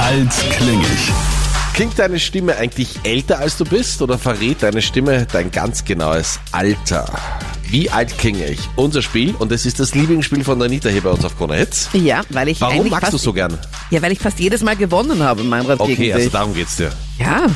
Alt klinge ich. Klingt deine Stimme eigentlich älter als du bist oder verrät deine Stimme dein ganz genaues Alter? Wie alt klinge ich? Unser Spiel und es ist das Lieblingsspiel von Anita hier bei uns auf Krone Hits. Ja, weil ich Warum eigentlich magst fast, du so gern? Ja, weil ich fast jedes Mal gewonnen habe, Meinrad, gegen Okay, also dich. darum geht's dir. ja.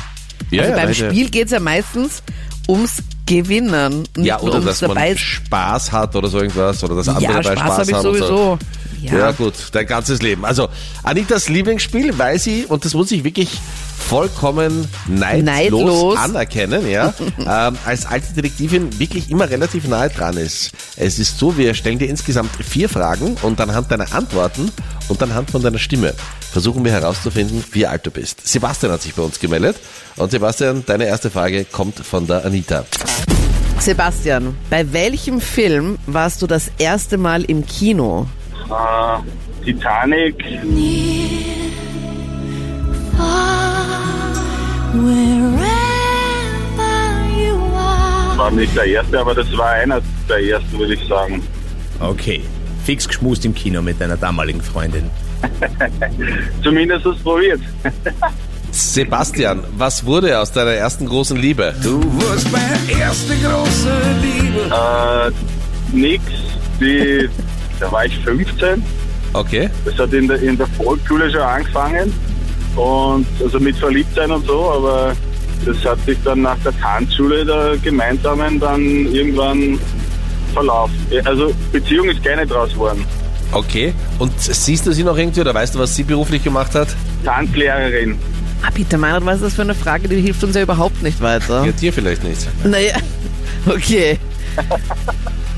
Ja, also ja, beim nein, ja. Spiel geht es ja meistens ums Gewinnen. Nicht Ja, nur oder ums dass man dabei Spaß hat oder so irgendwas oder dass andere Ja, dabei Spaß Spaß habe ich haben. und sowieso. So. Ja. gut, dein ganzes Leben. Also Anitas Lieblingsspiel, weil sie, und das muss ich wirklich vollkommen neidlos, Neidlos. anerkennen, ja, ähm, als alte Detektivin wirklich immer relativ nahe dran ist. Es ist so, wir stellen dir insgesamt vier Fragen und anhand deiner Antworten und anhand von deiner Stimme versuchen wir herauszufinden, wie alt du bist. Sebastian hat sich bei uns gemeldet und Sebastian, deine erste Frage kommt von der Anita. Sebastian, bei welchem Film warst du das erste Mal im Kino? Äh, Titanic, Wherever you are. war nicht der erste, aber das war einer der ersten, würde ich sagen. Okay, fix geschmust im Kino mit deiner damaligen Freundin. Zumindest es probiert. Sebastian, was wurde aus deiner ersten großen Liebe? Du wurdest meine erste große Liebe. Äh, nix, die, da war ich 15. Okay. Das hat in der, in der Volksschule schon angefangen. Und also mit Verliebtsein und so, aber das hat sich dann nach der Tanzschule der gemeinsamen dann irgendwann verlaufen. Also Beziehung ist keine draus geworden. Okay. Und siehst du sie noch irgendwie oder weißt du, was sie beruflich gemacht hat? Tanzlehrerin. Ah, Peter Meinrad, was ist das für eine Frage? Die hilft uns ja überhaupt nicht weiter. Ja, dir vielleicht nicht. Naja, okay.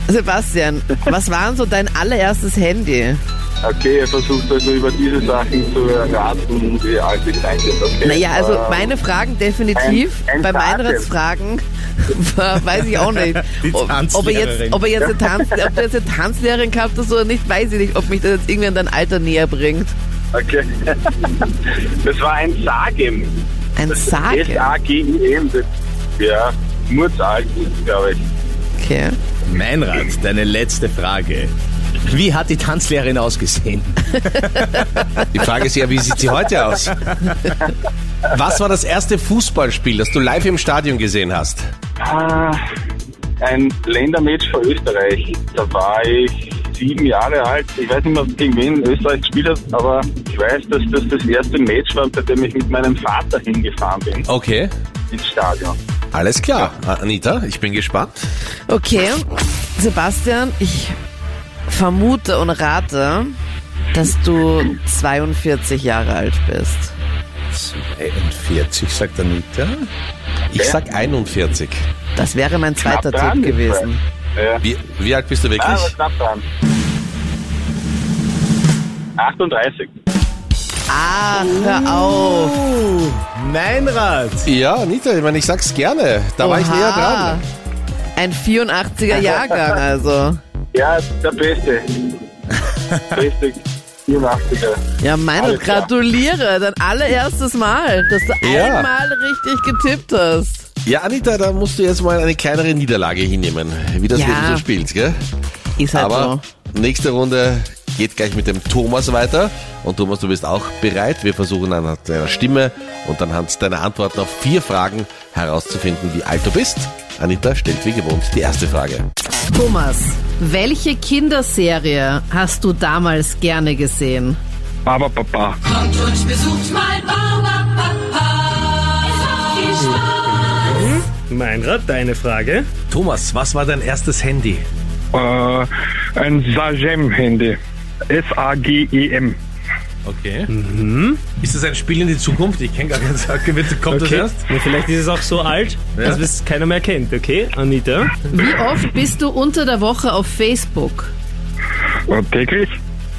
Sebastian, was war denn so dein allererstes Handy? Okay, er versucht also über diese Sachen zu erraten, wie alt ich sein wird. Okay. Naja, also Ähm, meine Fragen definitiv. ein- ein Bei Meinrads Taten. Fragen war- weiß ich auch nicht. Die Ob, ob, er jetzt, Tanzlehrerin. ob, er jetzt eine Tanz, ob du jetzt eine Tanzlehrerin gehabt hast oder nicht, weiß ich nicht. Ob mich das jetzt irgendwie an dein Alter näher bringt. Okay. Das war ein Sagem. Ein Sage. S-A-G-I-M. Das- Ja, Murzalt, glaube ich. Okay. Meinrad, deine letzte Frage. Wie hat die Tanzlehrerin ausgesehen? Die Frage ist ja, wie sieht sie heute aus? Was war das erste Fußballspiel, das du live im Stadion gesehen hast? Ah, Ein Ländermatch für Österreich. Da war ich sieben Jahre alt. Ich weiß nicht mehr, gegen wen Österreich gespielt hat, aber ich weiß, dass das das erste Match war, bei dem ich mit meinem Vater hingefahren bin Okay. ins Stadion. Alles klar. Anita, ich bin gespannt. Okay. Sebastian, ich vermute und rate, dass du 42 Jahre alt bist. 42, Äh, sagt Anita. Ich sag 41. Das wäre mein zweiter Knapp dran, Tipp gewesen. Ja. Wie, wie alt bist du Ah, wirklich? aber knapp dran. 38. Ach, Ah, hör auf. Meinrad! Ja, Anita, ich meine, ich sag's gerne. Da war ich Oha. näher dran. Ein 84er Jahrgang, also. Ja, der Beste. Beste 84er. Ja, meine Alles klar. Also gratuliere, dein allererstes Mal, dass du Ja. einmal richtig getippt hast. Ja, Anita, da musst du jetzt mal eine kleinere Niederlage hinnehmen, wie das Ja. Leben so spielt, gell? Ist halt Aber nächste Runde geht gleich mit dem Thomas weiter. Und Thomas, du bist auch bereit. Wir versuchen anhand deiner Stimme und anhand deiner Antworten auf vier Fragen herauszufinden, wie alt du bist. Anita stellt wie gewohnt die erste Frage. so. Thomas, welche Kinderserie hast du damals gerne gesehen? Aber Papa. Kommt und besucht mein Bauernpapa. Es macht viel Spaß. Meinrad, deine Frage. Thomas, was war dein erstes Handy? Äh, ein Sagem-Handy. S-A-G-E-M. Okay. Ist das ein Spiel in die Zukunft? Ich kenne gar keinen Sack. Kommt Okay. Na, vielleicht ist es auch so alt, dass es keiner mehr kennt, okay? Anita? Wie oft bist du unter der Woche auf Facebook? Äh, täglich?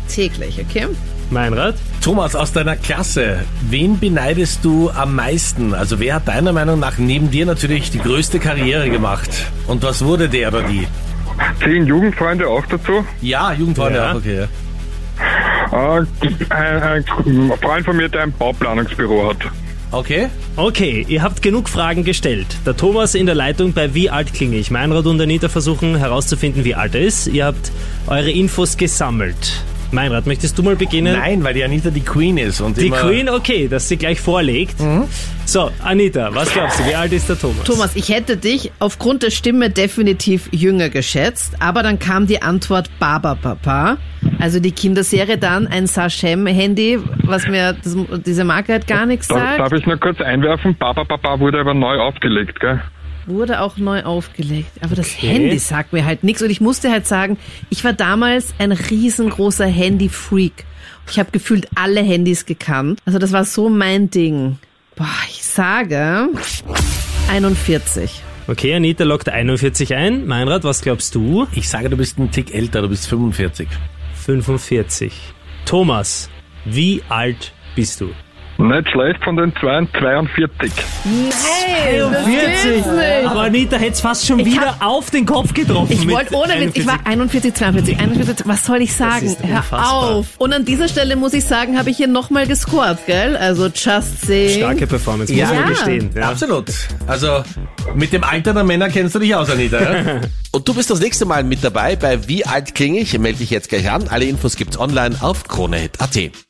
Täglich, okay? Meinrad? Thomas, aus deiner Klasse, wen beneidest du am meisten? Also wer hat deiner Meinung nach neben dir natürlich die größte Karriere gemacht? Und was wurde der oder die? Zehn Jugendfreunde auch dazu. Ja, Jugendfreunde Ja. auch, okay. ja. Äh, ein, ein Freund von mir, der ein Bauplanungsbüro hat. Okay. Okay, ihr habt genug Fragen gestellt. Der Thomas in der Leitung bei Wie alt klinge ich? Meinrad und Anita versuchen herauszufinden, wie alt er ist. Ihr habt eure Infos gesammelt. Meinrad, möchtest du mal beginnen? Nein, weil die Anita die Queen ist. Und Die immer Queen, okay, dass sie gleich vorlegt. So, Anita, was glaubst du, wie alt ist der Thomas? Thomas, ich hätte dich aufgrund der Stimme definitiv jünger geschätzt, aber dann kam die Antwort Baba Papa. Also die Kinderserie dann ein Sachem-Handy, was mir das, diese Marke halt gar nichts Darf, darf sagt, ich nur kurz einwerfen? Papa Papa wurde aber neu aufgelegt, gell? wurde auch neu aufgelegt. Aber das Handy sagt mir halt nichts und ich musste halt sagen, ich war damals ein riesengroßer Handy-Freak. Ich habe gefühlt alle Handys gekannt. Also das war so mein Ding. Boah, ich sage 41. Okay, Anita lockt 41 ein. Meinrad, was glaubst du? Ich sage, du bist einen Tick älter, du bist 45. 45. Thomas, wie alt bist du? Nicht schlecht von den zwei, 42. 40! Aber Anita hätte es fast schon wieder auf den Kopf getroffen. Ich mit wollte ohne Witz, ich war 41, 42, 41, was soll ich sagen? ist Hör unfassbar. auf. Und an dieser Stelle muss ich sagen, habe ich hier nochmal gescored, gell? Also just saying. Starke Performance, muss Ja. man gestehen. Ja. Absolut. Also mit dem Alter der Männer kennst du dich aus, Anita. ja? Und du bist das nächste Mal mit dabei bei Wie alt klinge ich? Melde dich jetzt gleich an. Alle Infos gibt's online auf kronehit.at.